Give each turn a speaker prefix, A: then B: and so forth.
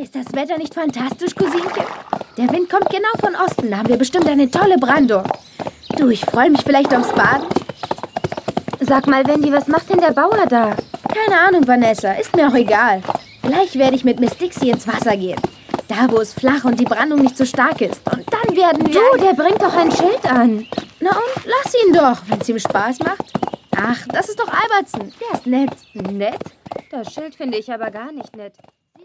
A: Ist das Wetter nicht fantastisch, Cousinchen? Der Wind kommt genau von Osten. Da haben wir bestimmt eine tolle Brandung. Du, ich freue mich vielleicht aufs Baden.
B: Sag mal, Wendy, was macht denn der Bauer da?
A: Keine Ahnung, Vanessa. Ist mir auch egal. Gleich werde ich mit Miss Dixie ins Wasser gehen. Da, wo es flach und die Brandung nicht so stark ist. Und dann werden wir...
B: Du, der bringt doch ein Schild an.
A: Na und lass ihn doch, wenn es ihm Spaß macht. Ach, das ist doch Albertson. Der ist nett.
B: Nett? Das Schild finde ich aber gar nicht nett.